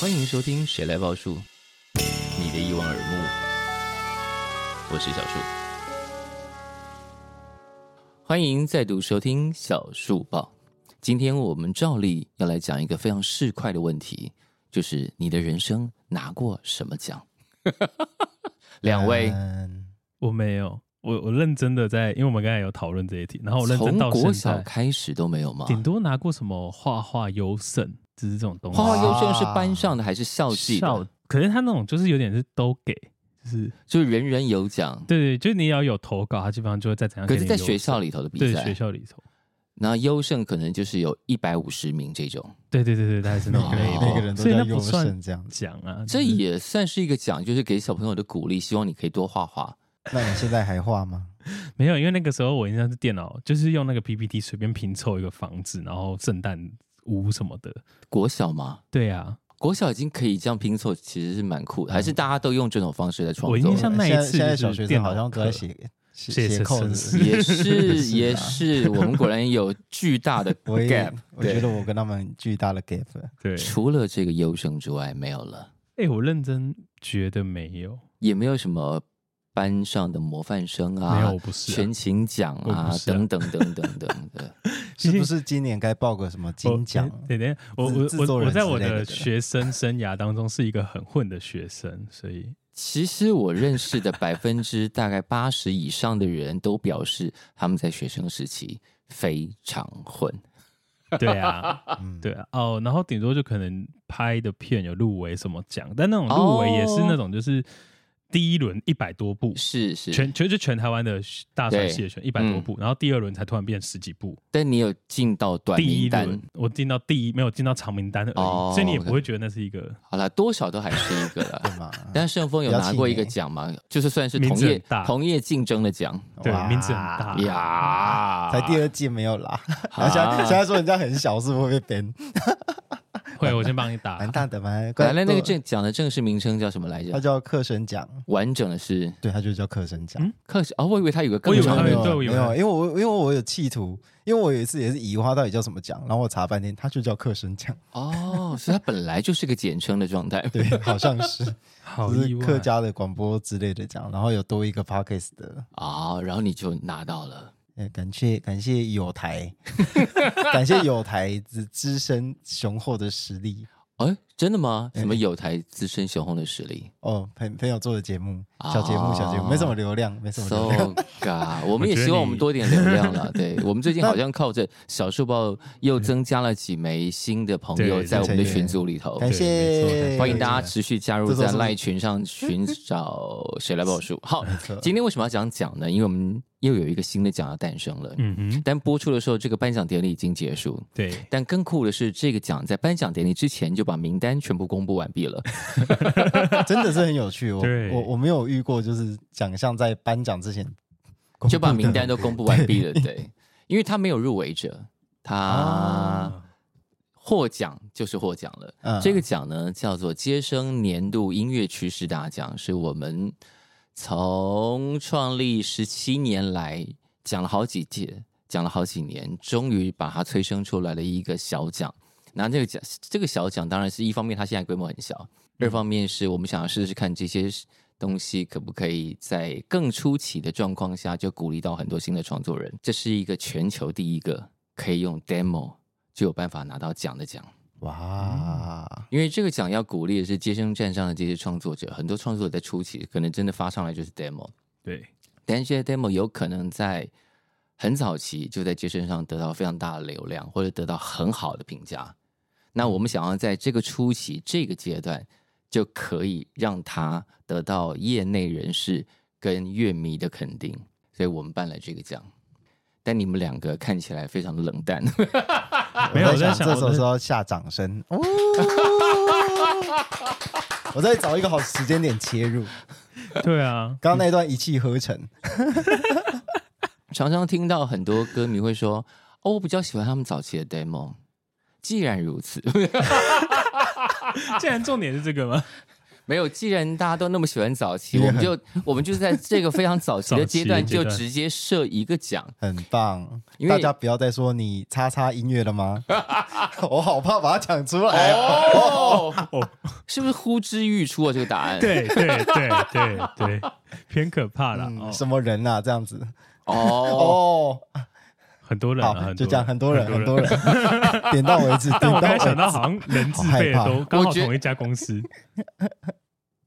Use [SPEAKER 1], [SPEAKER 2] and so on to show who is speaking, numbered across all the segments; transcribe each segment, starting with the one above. [SPEAKER 1] 欢迎收听《谁来报数》，你的一望而目，我是小树。欢迎再度收听小树报。今天我们照例要来讲一个非常市侩的问题，就是你的人生拿过什么 奖？两位
[SPEAKER 2] 呃
[SPEAKER 3] 嗯
[SPEAKER 2] 我没有，我我认真的在，因为我们刚才有讨论这一题，然后我认真
[SPEAKER 1] 从
[SPEAKER 2] 到
[SPEAKER 1] 国
[SPEAKER 2] 现
[SPEAKER 1] 小
[SPEAKER 2] 在，
[SPEAKER 1] 开始都没有吗？
[SPEAKER 2] 顶多拿过什么画画优胜，只是这种东西。
[SPEAKER 1] 花花优胜是
[SPEAKER 3] 啊
[SPEAKER 1] 班上的还是校际的？
[SPEAKER 2] 校，可是他那种就是有点是都给，就是
[SPEAKER 1] 就是人人有奖，
[SPEAKER 2] 对对，就是你要有投稿，他基本上就会在怎样给
[SPEAKER 1] 可
[SPEAKER 2] 你
[SPEAKER 1] 是在
[SPEAKER 2] 优胜。
[SPEAKER 1] 学校里头的比
[SPEAKER 2] 对
[SPEAKER 1] 赛
[SPEAKER 2] 学，校里头，
[SPEAKER 1] 那优胜可能就是有一百五十名这种，
[SPEAKER 2] 对对对对，他是那种
[SPEAKER 1] 每
[SPEAKER 2] 类
[SPEAKER 1] 每
[SPEAKER 2] 的，
[SPEAKER 1] 个
[SPEAKER 3] 人都
[SPEAKER 2] 所以
[SPEAKER 3] 叫
[SPEAKER 2] 那不
[SPEAKER 3] 优
[SPEAKER 2] 算
[SPEAKER 3] 胜这样子
[SPEAKER 2] 奖啊，
[SPEAKER 1] 这
[SPEAKER 2] 就是
[SPEAKER 1] 也算是一个奖，就是给小朋友的鼓励，希望你可以多画画。
[SPEAKER 3] 那你现在还画吗？
[SPEAKER 2] 没有，因为那个时候我印象是电脑，就是用那个 PPT 随便拼凑一个房子，然后圣诞屋什么的。
[SPEAKER 1] 国小吗？
[SPEAKER 2] 对啊，
[SPEAKER 1] 国小已经可以这样拼凑，其实是蛮酷的，还是大家都用这种方式在创
[SPEAKER 2] 嗯我
[SPEAKER 1] 作
[SPEAKER 2] 印？象那一
[SPEAKER 3] 现在
[SPEAKER 2] 次
[SPEAKER 3] 现在
[SPEAKER 2] 就是
[SPEAKER 3] 小学
[SPEAKER 2] 电
[SPEAKER 3] 生
[SPEAKER 2] 脑
[SPEAKER 3] 好像都在
[SPEAKER 2] 课
[SPEAKER 3] 写写
[SPEAKER 2] 写写
[SPEAKER 3] 写扣
[SPEAKER 2] 生
[SPEAKER 3] 子，
[SPEAKER 1] 也 是
[SPEAKER 3] 是啊
[SPEAKER 1] 也是，我们果然有巨大的
[SPEAKER 3] 我也
[SPEAKER 1] gap。
[SPEAKER 3] 我觉
[SPEAKER 1] 对
[SPEAKER 3] 得我跟他们巨大的 gap，
[SPEAKER 2] 对，
[SPEAKER 1] 除了这个优胜之外，没有了，
[SPEAKER 2] 哎、我认真觉得没有，
[SPEAKER 1] 也没有什么班上的模范生
[SPEAKER 2] 没有，
[SPEAKER 1] 啊
[SPEAKER 2] 我、不是、啊
[SPEAKER 1] 全。勤奖
[SPEAKER 2] 我
[SPEAKER 1] 啊
[SPEAKER 2] 不是啊
[SPEAKER 1] 等等等等等的。
[SPEAKER 3] 是不是今年该报个什么
[SPEAKER 2] 我
[SPEAKER 3] 金奖？
[SPEAKER 2] 对对，我
[SPEAKER 3] 制
[SPEAKER 2] 我
[SPEAKER 3] 制
[SPEAKER 2] 我
[SPEAKER 3] 作人
[SPEAKER 2] 我在我
[SPEAKER 3] 之类的
[SPEAKER 2] 的
[SPEAKER 3] 对
[SPEAKER 2] 学生生涯当中是一个很混的学生，所以
[SPEAKER 1] 其实我认识的百分之大概八十以上的人都表示，他们在学生时期非常混。
[SPEAKER 2] 对啊，
[SPEAKER 3] 嗯，
[SPEAKER 2] 对啊，哦，然后顶多就可能拍的片有入围什么奖，但那种入围也是
[SPEAKER 3] 哦
[SPEAKER 2] 那种就是第一轮一百多部，
[SPEAKER 1] 是是，
[SPEAKER 2] 全全就全台湾的大传系的选一百多
[SPEAKER 1] 嗯
[SPEAKER 2] 部，然后第二轮才突然变十几部，
[SPEAKER 1] 但你有进到短
[SPEAKER 2] 第一
[SPEAKER 1] 名单
[SPEAKER 2] 轮，我进到第一没有进到长名单而已，
[SPEAKER 1] 哦
[SPEAKER 2] 所以你也不会觉得那是一个
[SPEAKER 1] 好了，多少都还是一个 了。
[SPEAKER 3] 嘛，
[SPEAKER 1] 但盛丰有拿过一个奖嘛，就是算是同
[SPEAKER 2] 名字
[SPEAKER 1] 业
[SPEAKER 2] 很大哦
[SPEAKER 1] 同业竞争的奖
[SPEAKER 2] 对
[SPEAKER 3] 哇
[SPEAKER 2] 名字很大
[SPEAKER 1] 呀。
[SPEAKER 3] 啊才第二届没有啦。
[SPEAKER 1] 啊
[SPEAKER 3] 然后现在现在说人家很小，是不是会被 ban？
[SPEAKER 2] 会，我先帮你打
[SPEAKER 3] 蛮大的蛮。
[SPEAKER 1] 本来啊那个
[SPEAKER 3] 正，
[SPEAKER 1] 正奖的正式名称叫什么来
[SPEAKER 3] 他
[SPEAKER 1] 着？
[SPEAKER 3] 叫课生奖，
[SPEAKER 1] 完整的是
[SPEAKER 3] 对，他就叫课生奖。
[SPEAKER 2] 嗯
[SPEAKER 1] 课哦，我以为他有个
[SPEAKER 2] 我
[SPEAKER 1] 更
[SPEAKER 2] 以为
[SPEAKER 1] 长
[SPEAKER 2] 他
[SPEAKER 1] 的
[SPEAKER 3] 没有
[SPEAKER 2] 对我
[SPEAKER 3] 没
[SPEAKER 2] 以
[SPEAKER 3] 有，
[SPEAKER 2] 为
[SPEAKER 3] 因
[SPEAKER 2] 他
[SPEAKER 3] 为我因为我有企图，因为我有一次也是移花到底叫什么奖，然后我查半天，他就叫课生奖，
[SPEAKER 1] 哦，所以它本来就是个简称的状态。
[SPEAKER 3] 对，好像是，
[SPEAKER 2] 好
[SPEAKER 3] 就
[SPEAKER 2] 意
[SPEAKER 3] 是
[SPEAKER 2] 外，
[SPEAKER 3] 客家的广播之类的奖，然后有多一个 podcast 的，
[SPEAKER 1] 啊、然后你就拿到了。
[SPEAKER 3] 呃，感谢感谢有台， 感谢有台子资深雄厚的实力
[SPEAKER 1] 哎，真的吗？什么有台资深雄厚的实力
[SPEAKER 3] 哦，朋朋友做的节目，小节目
[SPEAKER 1] 哦
[SPEAKER 3] 小节目，没什么流量，没什么流
[SPEAKER 1] ？So
[SPEAKER 3] 量，
[SPEAKER 1] God，我们也
[SPEAKER 2] 我觉得
[SPEAKER 1] 希望我
[SPEAKER 2] 你
[SPEAKER 1] 们多点流量了。对我们最近好像靠着小树报又增加了几枚新的朋友
[SPEAKER 2] 对
[SPEAKER 1] 在我们的群组里头，
[SPEAKER 3] 感
[SPEAKER 2] 对没
[SPEAKER 3] 谢，
[SPEAKER 2] 错
[SPEAKER 1] 欢迎大家持续加入
[SPEAKER 3] 这都
[SPEAKER 1] 在
[SPEAKER 3] 是
[SPEAKER 1] 赖群上寻找谁来报数。好，
[SPEAKER 3] 错
[SPEAKER 1] 今天为什么要讲奖呢？因为我们又有一个新的奖要诞生了。
[SPEAKER 2] 嗯哼，
[SPEAKER 1] 但播出的时候，这个颁奖典礼已经结束。
[SPEAKER 2] 对，
[SPEAKER 1] 但更酷的是，这个奖在颁奖典礼之前就把名单全部公布完毕了。
[SPEAKER 3] 真的是很有趣，我
[SPEAKER 2] 对
[SPEAKER 3] 我我没有遇过，就是奖项在颁奖之前公布的
[SPEAKER 1] 就把名单都公布完毕了，对，因为他没有入围者，他
[SPEAKER 2] 啊
[SPEAKER 1] 获奖就是获奖了。
[SPEAKER 3] 嗯
[SPEAKER 1] 这个奖呢叫做接生年度音乐趋势大奖，是我们从创立十七年来讲了好几届，讲了好几年，终于把它催生出来了一个小奖。那这个奖，这个小奖当然是一方面，它现在规模很小；二方面是我们想要试试看这些东西可不可以在更初期的状况下就鼓励到很多新的创作人。这是一个全球第一个可以用 demo 就有办法拿到奖的奖。
[SPEAKER 3] 哇，
[SPEAKER 1] 因为这个奖要鼓励的是接生站上的这些创作者，很多创作者在初期可能真的发上来就是 demo，
[SPEAKER 2] 对，
[SPEAKER 1] 但是这些 demo 有可能在很早期就在接生上得到非常大的流量，或者得到很好的评价。那我们想要在这个初期这个阶段，就可以让它得到业内人士跟乐迷的肯定，所以我们办了这个奖。但你们两个看起来非常冷淡，
[SPEAKER 2] 没有
[SPEAKER 3] 我在
[SPEAKER 2] 我在想
[SPEAKER 3] 这时
[SPEAKER 2] 我
[SPEAKER 3] 候
[SPEAKER 2] 在
[SPEAKER 3] 是要下掌声。哦 我在找一个好时间点切入，
[SPEAKER 2] 对啊，
[SPEAKER 3] 刚刚那一段一气呵成，
[SPEAKER 1] 常常听到很多歌迷会说：“哦，我比较喜欢他们早期的 demo。”既然如此，
[SPEAKER 2] 既然重点是这个吗？
[SPEAKER 1] 没有，既然大家都那么喜欢早期，
[SPEAKER 3] 因
[SPEAKER 1] 我
[SPEAKER 3] 为很
[SPEAKER 1] 们就我们就是在这个非常早期的
[SPEAKER 2] 早期
[SPEAKER 1] 阶
[SPEAKER 2] 的
[SPEAKER 1] 段
[SPEAKER 2] 阶
[SPEAKER 1] 就
[SPEAKER 2] 段
[SPEAKER 1] 直接设一个奖，
[SPEAKER 3] 很棒
[SPEAKER 1] 因。为
[SPEAKER 3] 大家不要再说你叉叉音乐了吗？ 我好怕把它讲出来哦。
[SPEAKER 1] 哦，是不是呼之欲出啊？这个答案，，
[SPEAKER 2] 对对对对对，偏可怕啦。
[SPEAKER 3] 嗯
[SPEAKER 2] 哦
[SPEAKER 3] 什么人啊？这样子
[SPEAKER 1] 哦，
[SPEAKER 3] 哦，
[SPEAKER 2] 很多人啊，
[SPEAKER 3] 好，
[SPEAKER 2] 很
[SPEAKER 3] 就
[SPEAKER 2] 多
[SPEAKER 3] 这样，
[SPEAKER 2] 人
[SPEAKER 3] 很多人，很多人， 点到为止，点
[SPEAKER 2] 但
[SPEAKER 3] 到
[SPEAKER 2] 我刚
[SPEAKER 3] 为
[SPEAKER 2] 才想到，
[SPEAKER 3] 止。
[SPEAKER 2] 好像人自备的
[SPEAKER 3] 好
[SPEAKER 2] 都刚好
[SPEAKER 1] 我觉得
[SPEAKER 2] 同一家公司，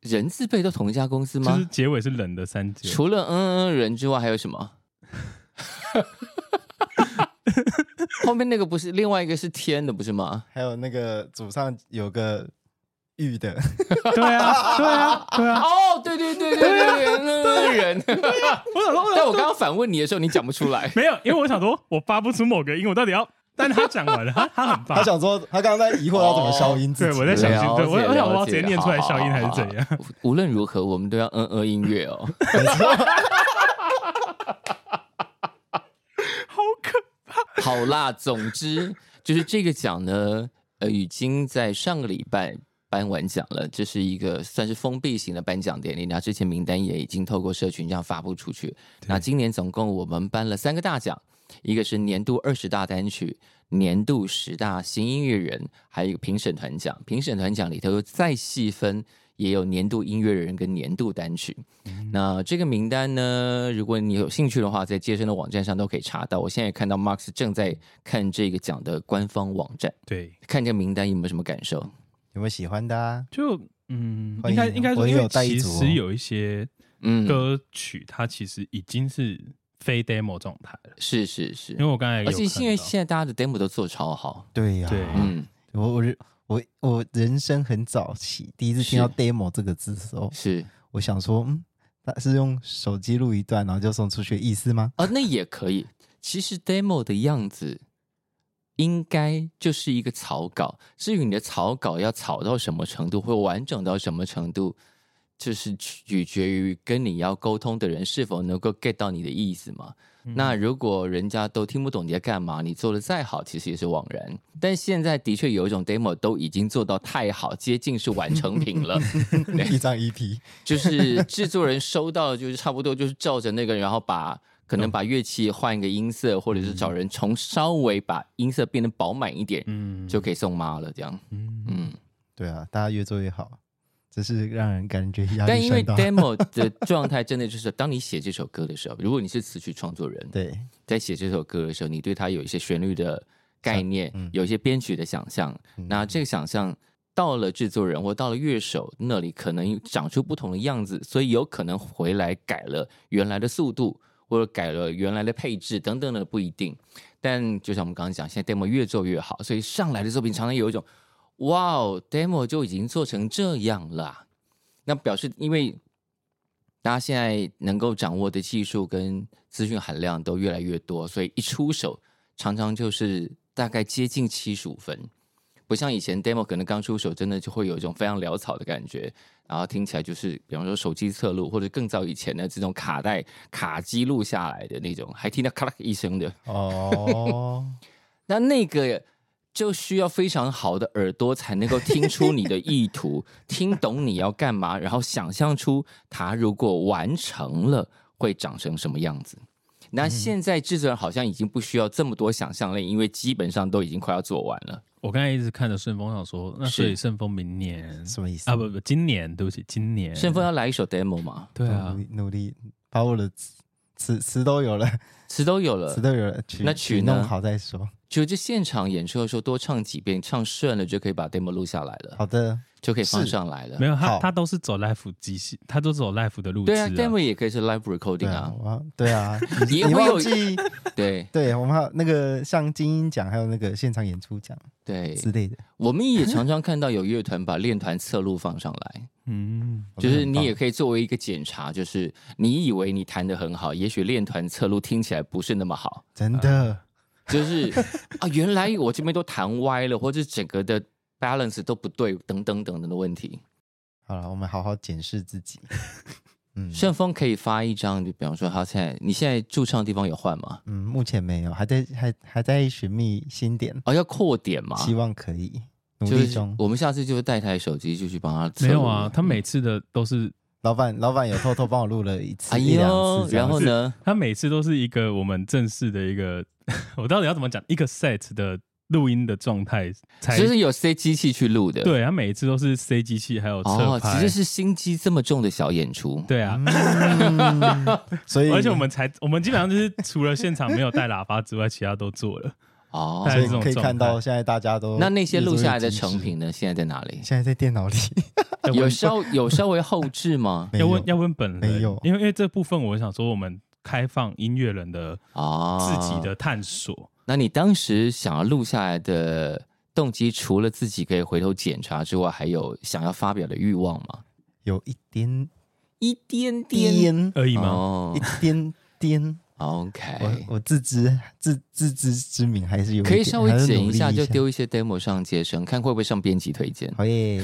[SPEAKER 1] 人字辈都同一家公司
[SPEAKER 2] 就
[SPEAKER 1] 吗
[SPEAKER 2] 是？结尾是人的三节，
[SPEAKER 1] 除了嗯嗯嗯人之外，还有什 么？后面那个不是另外一个是天的，不是吗？
[SPEAKER 3] 还有那个祖上有个玉的，
[SPEAKER 2] 对啊对啊对啊，
[SPEAKER 1] 哦，对对对对对对，对人。
[SPEAKER 2] 我想说我
[SPEAKER 1] 但
[SPEAKER 2] 想
[SPEAKER 1] 我
[SPEAKER 2] 说。
[SPEAKER 1] 刚刚反问你的时候，你讲不出来
[SPEAKER 2] 没有，因为我想说我发不出某个音，我到底要，但他讲完了，他他很棒
[SPEAKER 3] 他，想说他刚刚在疑惑要怎么消音自
[SPEAKER 2] 对
[SPEAKER 3] 己。
[SPEAKER 2] 我在想
[SPEAKER 1] 了解
[SPEAKER 2] 对我我想我要
[SPEAKER 1] 了解
[SPEAKER 2] 直接念出来
[SPEAKER 1] 好好
[SPEAKER 2] 消音还是
[SPEAKER 1] 好
[SPEAKER 2] 怎样？
[SPEAKER 1] 无无论如何，我们都要嗯嗯音乐哦。
[SPEAKER 2] 好可
[SPEAKER 1] 好啦，总之就是这个奖呢，呃，已经在上个礼拜颁完奖了。这是一个算是封闭型的颁奖典礼，那之前名单也已经透过社群这样发布出去。那今年总共我们颁了三个大奖，一个是年度二十大单曲。年度十大新音乐人，还有一个评审团奖。评审团奖里头再细分，也有年度音乐人跟年度单曲。
[SPEAKER 2] 嗯
[SPEAKER 1] 那这个名单呢，如果你有兴趣的话，在接生的网站上都可以查到。我现在也看到 Max 正在看这个奖的官方网站，
[SPEAKER 2] 对，
[SPEAKER 1] 看这个名单有没有什么感受？
[SPEAKER 3] 有没有喜欢的啊？
[SPEAKER 2] 就嗯，
[SPEAKER 3] 欢迎
[SPEAKER 2] 应该应该说，
[SPEAKER 3] 我也
[SPEAKER 2] 因为
[SPEAKER 3] 有带
[SPEAKER 2] 其
[SPEAKER 3] 一组哦
[SPEAKER 2] 实有一些
[SPEAKER 1] 嗯，
[SPEAKER 2] 歌曲，它其实已经是非 demo 状态了，
[SPEAKER 1] 是是是
[SPEAKER 2] 因为，我刚才有
[SPEAKER 1] 而且
[SPEAKER 2] 看
[SPEAKER 1] 因为
[SPEAKER 2] 到
[SPEAKER 1] 现在大家的 demo 都做超好，
[SPEAKER 3] 对呀，
[SPEAKER 2] 对
[SPEAKER 1] 嗯，
[SPEAKER 3] 我我我我人生很早期，第一次听到
[SPEAKER 1] 是
[SPEAKER 3] demo 这个字的时候，
[SPEAKER 1] 是
[SPEAKER 3] 我想说，嗯，他是用手机录一段，然后就送出去，意思吗？
[SPEAKER 1] 啊，那也可以。其实 demo 的样子应该就是一个草稿，至于你的草稿要草到什么程度，会完整到什么程度，就是取决于跟你要沟通的人是否能够 get 到你的意思嘛。那如果人家都听不懂你在干嘛，你做的再好，其实也是枉然。但现在的确有一种 demo 都已经做到太好，接近是完成品了。
[SPEAKER 3] 一张 E EP，
[SPEAKER 1] 就是制作人收到的就是差不多就是照着那个，然后把可
[SPEAKER 3] 嗯
[SPEAKER 1] 能把乐器换一个音色，或者是找人从稍微把音色变得饱满一点，
[SPEAKER 2] 嗯
[SPEAKER 1] 就可以送妈了。这样，
[SPEAKER 2] 嗯
[SPEAKER 1] 嗯。
[SPEAKER 3] 对啊，大家越做越好，只是让人感觉压
[SPEAKER 1] 但
[SPEAKER 3] 力
[SPEAKER 1] 因为
[SPEAKER 3] 山大。
[SPEAKER 1] demo 的状态真的就是，当你写这首歌的时候，如果你是词曲创作人，
[SPEAKER 3] 对，
[SPEAKER 1] 在写这首歌的时候，你对它有一些旋律的概念，
[SPEAKER 3] 嗯
[SPEAKER 1] 有一些编曲的想象。
[SPEAKER 3] 嗯
[SPEAKER 1] 那这个想象到了制作人或到了乐手那里，可能长出不同的样子，所以有可能回来改了原来的速度，或者改了原来的配置等等的，不一定。但就像我们刚刚讲，现在 demo 越做越好，所以上来的作品常常有一种，哇哦，demo 就已经做成这样了啊。那表示因为大家现在能够掌握的技术跟资讯含量都越来越多，所以一出手常常就是大概接近七十五分，不像以前 demo 可能刚出手真的就会有一种非常潦草的感觉，然后听起来就是比方说手机侧录或者更早以前的这种卡带卡机录下来的那种，还听到咔啦一声的，
[SPEAKER 3] 哦，
[SPEAKER 1] 那那个就需要非常好的耳朵才能够听出你的意图，听懂你要干嘛，然后想象出它如果完成了会长成什么样子。那现在制作人好像已经不需要这么多想象力，因为基本上都已经快要做完了。
[SPEAKER 2] 我刚才一直看着顺丰，想说，那所以
[SPEAKER 1] 是
[SPEAKER 2] 顺丰明年
[SPEAKER 3] 什么意思？
[SPEAKER 2] 啊不不，今年对不起，今年
[SPEAKER 1] 顺丰要哦来一首 demo 嘛，
[SPEAKER 2] 对
[SPEAKER 3] 努
[SPEAKER 2] 啊，
[SPEAKER 3] 力努力把我的词词词都有了，
[SPEAKER 1] 词都有了
[SPEAKER 3] 词，都有了，曲
[SPEAKER 1] 呃那曲
[SPEAKER 3] 曲
[SPEAKER 1] 呢
[SPEAKER 3] 弄好再说。
[SPEAKER 1] 就就现场演出的时候多唱几遍，唱顺了就可以把 demo 录下来了，
[SPEAKER 3] 好的，
[SPEAKER 1] 就可以放
[SPEAKER 3] 是
[SPEAKER 1] 上来了
[SPEAKER 2] 没。有他
[SPEAKER 3] 好
[SPEAKER 2] 他都是走 life 机系，他都走 life 的路子
[SPEAKER 1] 对啊，demo 也可以是 live recording
[SPEAKER 3] 对啊
[SPEAKER 1] 啊，，
[SPEAKER 3] 我要 对啊，你
[SPEAKER 1] 也
[SPEAKER 3] 你
[SPEAKER 1] 会有
[SPEAKER 3] 忘记？
[SPEAKER 1] 对
[SPEAKER 3] 对我们还有那个像金鹰奖，还有那个现场演出奖
[SPEAKER 1] 对，
[SPEAKER 3] 之类的，
[SPEAKER 1] 我们也常常看到有乐团把练团侧录放上来，
[SPEAKER 2] 嗯，
[SPEAKER 3] 我
[SPEAKER 1] 就
[SPEAKER 3] 觉得
[SPEAKER 1] 是
[SPEAKER 3] 很
[SPEAKER 1] 你
[SPEAKER 3] 棒
[SPEAKER 1] 也可以作为一个检查，就是你以为你弹得很好，也许练团侧录听起来不是那么好，
[SPEAKER 3] 真的
[SPEAKER 1] 就是 啊，原来我这边都弹歪了，或者整个的 balance 都不对，等等等等的问题。
[SPEAKER 3] 好了，我们好好检视自己。嗯
[SPEAKER 1] 顺丰可以发一张，就比方说他现在你现在驻唱的地方有换吗？
[SPEAKER 3] 嗯，目前没有，还在还还在寻觅新点，
[SPEAKER 1] 哦，要扩点吗？
[SPEAKER 3] 希望可以。努
[SPEAKER 1] 就
[SPEAKER 3] 力
[SPEAKER 1] 是
[SPEAKER 3] 中。
[SPEAKER 1] 我们下次就带台手机就去帮他测
[SPEAKER 2] 没有
[SPEAKER 1] 录
[SPEAKER 2] 啊，
[SPEAKER 1] 了
[SPEAKER 2] 他每次的都是
[SPEAKER 3] 老板，老板有偷偷帮我录了一次、
[SPEAKER 1] 哎
[SPEAKER 3] 一两
[SPEAKER 1] 呦，
[SPEAKER 3] 次这
[SPEAKER 1] 然
[SPEAKER 3] 样子，
[SPEAKER 1] 后呢？
[SPEAKER 2] 他每次都是一个我们正式的一个， 我到底要怎么讲？一个 set 的录音的状态才
[SPEAKER 1] 就是有塞机器去录的，
[SPEAKER 2] 对他每一次都是 C 机器还有侧
[SPEAKER 1] 哦，
[SPEAKER 2] 拍，
[SPEAKER 1] 其实是心机这么重的小演出，
[SPEAKER 2] 对啊。
[SPEAKER 3] 嗯所以
[SPEAKER 2] 而且我们才，我们基本上就是除了现场没有带喇叭之外，其他都做了。
[SPEAKER 1] 哦
[SPEAKER 2] 大。
[SPEAKER 3] 所
[SPEAKER 2] 概是
[SPEAKER 3] 以
[SPEAKER 2] 这种
[SPEAKER 3] 可以看到
[SPEAKER 2] 状态
[SPEAKER 3] 现在大家都
[SPEAKER 1] 那那些录下来的
[SPEAKER 3] 越做
[SPEAKER 1] 成
[SPEAKER 3] 越精致，
[SPEAKER 1] 品呢？现在在哪里？
[SPEAKER 3] 现在在电脑里
[SPEAKER 2] 要
[SPEAKER 1] 有
[SPEAKER 2] 问
[SPEAKER 1] 稍有稍微后置 吗？
[SPEAKER 3] 没
[SPEAKER 2] 要
[SPEAKER 3] 有
[SPEAKER 2] 问要问本人，
[SPEAKER 3] 没有
[SPEAKER 2] 因为因为这部分我想说，我们开放音乐人的
[SPEAKER 1] 哦，
[SPEAKER 2] 自己的探索。
[SPEAKER 1] 那你当时想要录下来的动机，除了自己可以回头检查之外，还有想要发表的欲望吗？
[SPEAKER 3] 有一点
[SPEAKER 1] 一点点
[SPEAKER 3] 点
[SPEAKER 2] 而已嘛，
[SPEAKER 1] 哦
[SPEAKER 3] 一点点，
[SPEAKER 1] ，OK，
[SPEAKER 3] 我我自知自自知之明还是有一
[SPEAKER 1] 可
[SPEAKER 3] 点，
[SPEAKER 1] 以稍微
[SPEAKER 3] 还是
[SPEAKER 1] 剪
[SPEAKER 3] 努
[SPEAKER 1] 一
[SPEAKER 3] 力一
[SPEAKER 1] 下，就。丢一些 demo 上街声，看会不会上编辑推荐。
[SPEAKER 3] 好耶，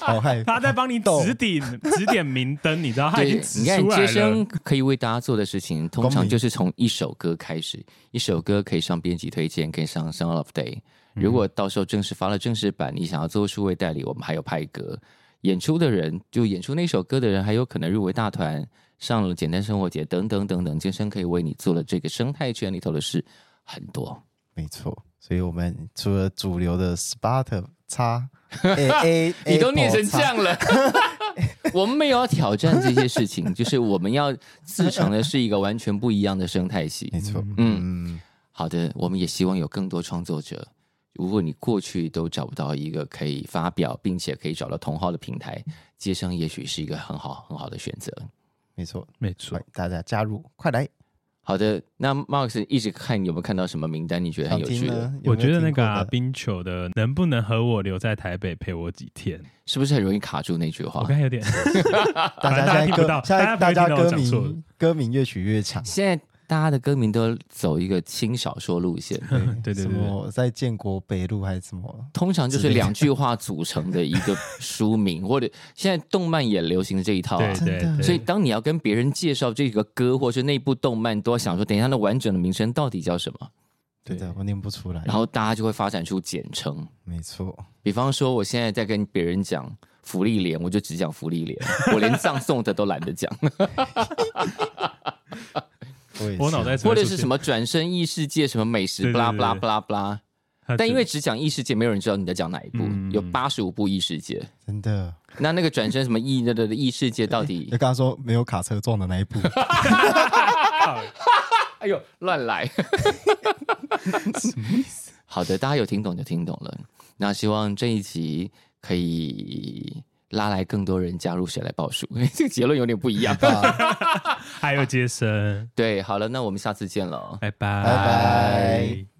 [SPEAKER 3] 好害怕
[SPEAKER 2] 他在帮你指点指点明灯，你知 道，他已
[SPEAKER 1] 对
[SPEAKER 2] 经，指
[SPEAKER 1] 你看
[SPEAKER 2] 出来
[SPEAKER 1] 街
[SPEAKER 2] 了
[SPEAKER 1] 声。可以为大家做的事情，通
[SPEAKER 3] 光
[SPEAKER 1] 常
[SPEAKER 3] 明
[SPEAKER 1] 就是从一首歌开始，一首歌可以上编辑推荐，可以上 Sound of Day。如
[SPEAKER 2] 嗯
[SPEAKER 1] 果到时候正式发了正式版，你想要做数位代理，我们还有派歌演出的人，就演出那首歌的人，还有可能入围大团，上了简单生活节等等等等。健身可以为你做了这个生态圈里头的事很 多。
[SPEAKER 3] 没错，所以我们除了主流的 Spot 叉 A A，
[SPEAKER 2] 哎
[SPEAKER 1] 你都念成这样
[SPEAKER 3] Apple
[SPEAKER 1] 了， 我们没有要挑战这些事情，就是我们要自成的是一个完全不一样的生态系
[SPEAKER 3] 叉，。没错，
[SPEAKER 1] 嗯
[SPEAKER 3] 嗯，
[SPEAKER 1] 好的，我们也希望有更多创作者。如果你过去都找不到一个可以发表，并且可以找到同号的平台，接生也许是一个很好很好的选择。
[SPEAKER 3] 没错，
[SPEAKER 2] 没错
[SPEAKER 1] 哎
[SPEAKER 3] 欢，迎大家加入，快来！
[SPEAKER 1] 好的，那 Max 一直看有没有看到什么名单？你觉得很
[SPEAKER 3] 想
[SPEAKER 1] 有
[SPEAKER 3] 听
[SPEAKER 1] 趣的，
[SPEAKER 3] 呢？有
[SPEAKER 2] 我
[SPEAKER 3] 没
[SPEAKER 2] 觉
[SPEAKER 3] 有
[SPEAKER 2] 得那
[SPEAKER 3] 听
[SPEAKER 2] 个
[SPEAKER 3] 过
[SPEAKER 2] 啊
[SPEAKER 3] 的
[SPEAKER 2] 冰球的能不能和我留在台北陪我几天？
[SPEAKER 1] 是不是很容易卡住那句
[SPEAKER 2] 我
[SPEAKER 1] 话？
[SPEAKER 2] 刚才有点，
[SPEAKER 3] 大
[SPEAKER 2] 反正
[SPEAKER 3] 家
[SPEAKER 2] 大家
[SPEAKER 3] 现在
[SPEAKER 2] 听不
[SPEAKER 3] 歌
[SPEAKER 2] 到，
[SPEAKER 3] 现在
[SPEAKER 2] 大
[SPEAKER 3] 大
[SPEAKER 2] 家
[SPEAKER 3] 家
[SPEAKER 2] 不
[SPEAKER 3] 歌
[SPEAKER 2] 会听到我讲错
[SPEAKER 3] 名歌名越取越 长，
[SPEAKER 1] 现在大家的歌名都走一个轻小说路 线，
[SPEAKER 2] 对对对
[SPEAKER 3] 什么在建国北路还是什么？
[SPEAKER 1] 通常就是
[SPEAKER 3] 之类的
[SPEAKER 1] 两句话组成的一个书名，或者现在动漫也流行这一套啊
[SPEAKER 2] 对。对
[SPEAKER 3] 真
[SPEAKER 2] 对，
[SPEAKER 3] 的
[SPEAKER 1] 所以，当你要跟别人介绍这个歌或是那部动漫，都要想说，等一下它的完整的名称到底叫什么？
[SPEAKER 3] 对的，我念不出来。
[SPEAKER 1] 然后大家就会发展出简称。
[SPEAKER 3] 没错，
[SPEAKER 1] 比方说，我现在在跟别人讲福利连，我就只讲福利连，我连葬送的都懒得 讲，
[SPEAKER 3] 我也
[SPEAKER 2] 我
[SPEAKER 3] 是
[SPEAKER 2] 脑袋
[SPEAKER 1] 或者是什么转身异世界，什么美食，
[SPEAKER 2] 对对
[SPEAKER 1] 布拉布拉
[SPEAKER 2] 对
[SPEAKER 1] 布拉布拉。
[SPEAKER 2] 他
[SPEAKER 1] 但因
[SPEAKER 2] 只
[SPEAKER 1] 为只讲异世界，没有人知道你在讲哪一部，
[SPEAKER 2] 嗯嗯嗯
[SPEAKER 1] 有八十五部异世界。
[SPEAKER 3] 真的，
[SPEAKER 1] 那那个转身什么异的的的异世界到底
[SPEAKER 3] 就？刚刚说没有卡车撞的那一部，
[SPEAKER 1] 哎呦，乱来！好的，大家有听懂就听懂了。那希望这一集可以拉来更多人加入谁来报数，因为这个结论有点不一样。
[SPEAKER 2] 还有接生，
[SPEAKER 1] 对，好了，那我们下次见了。
[SPEAKER 2] 拜拜
[SPEAKER 3] 拜拜。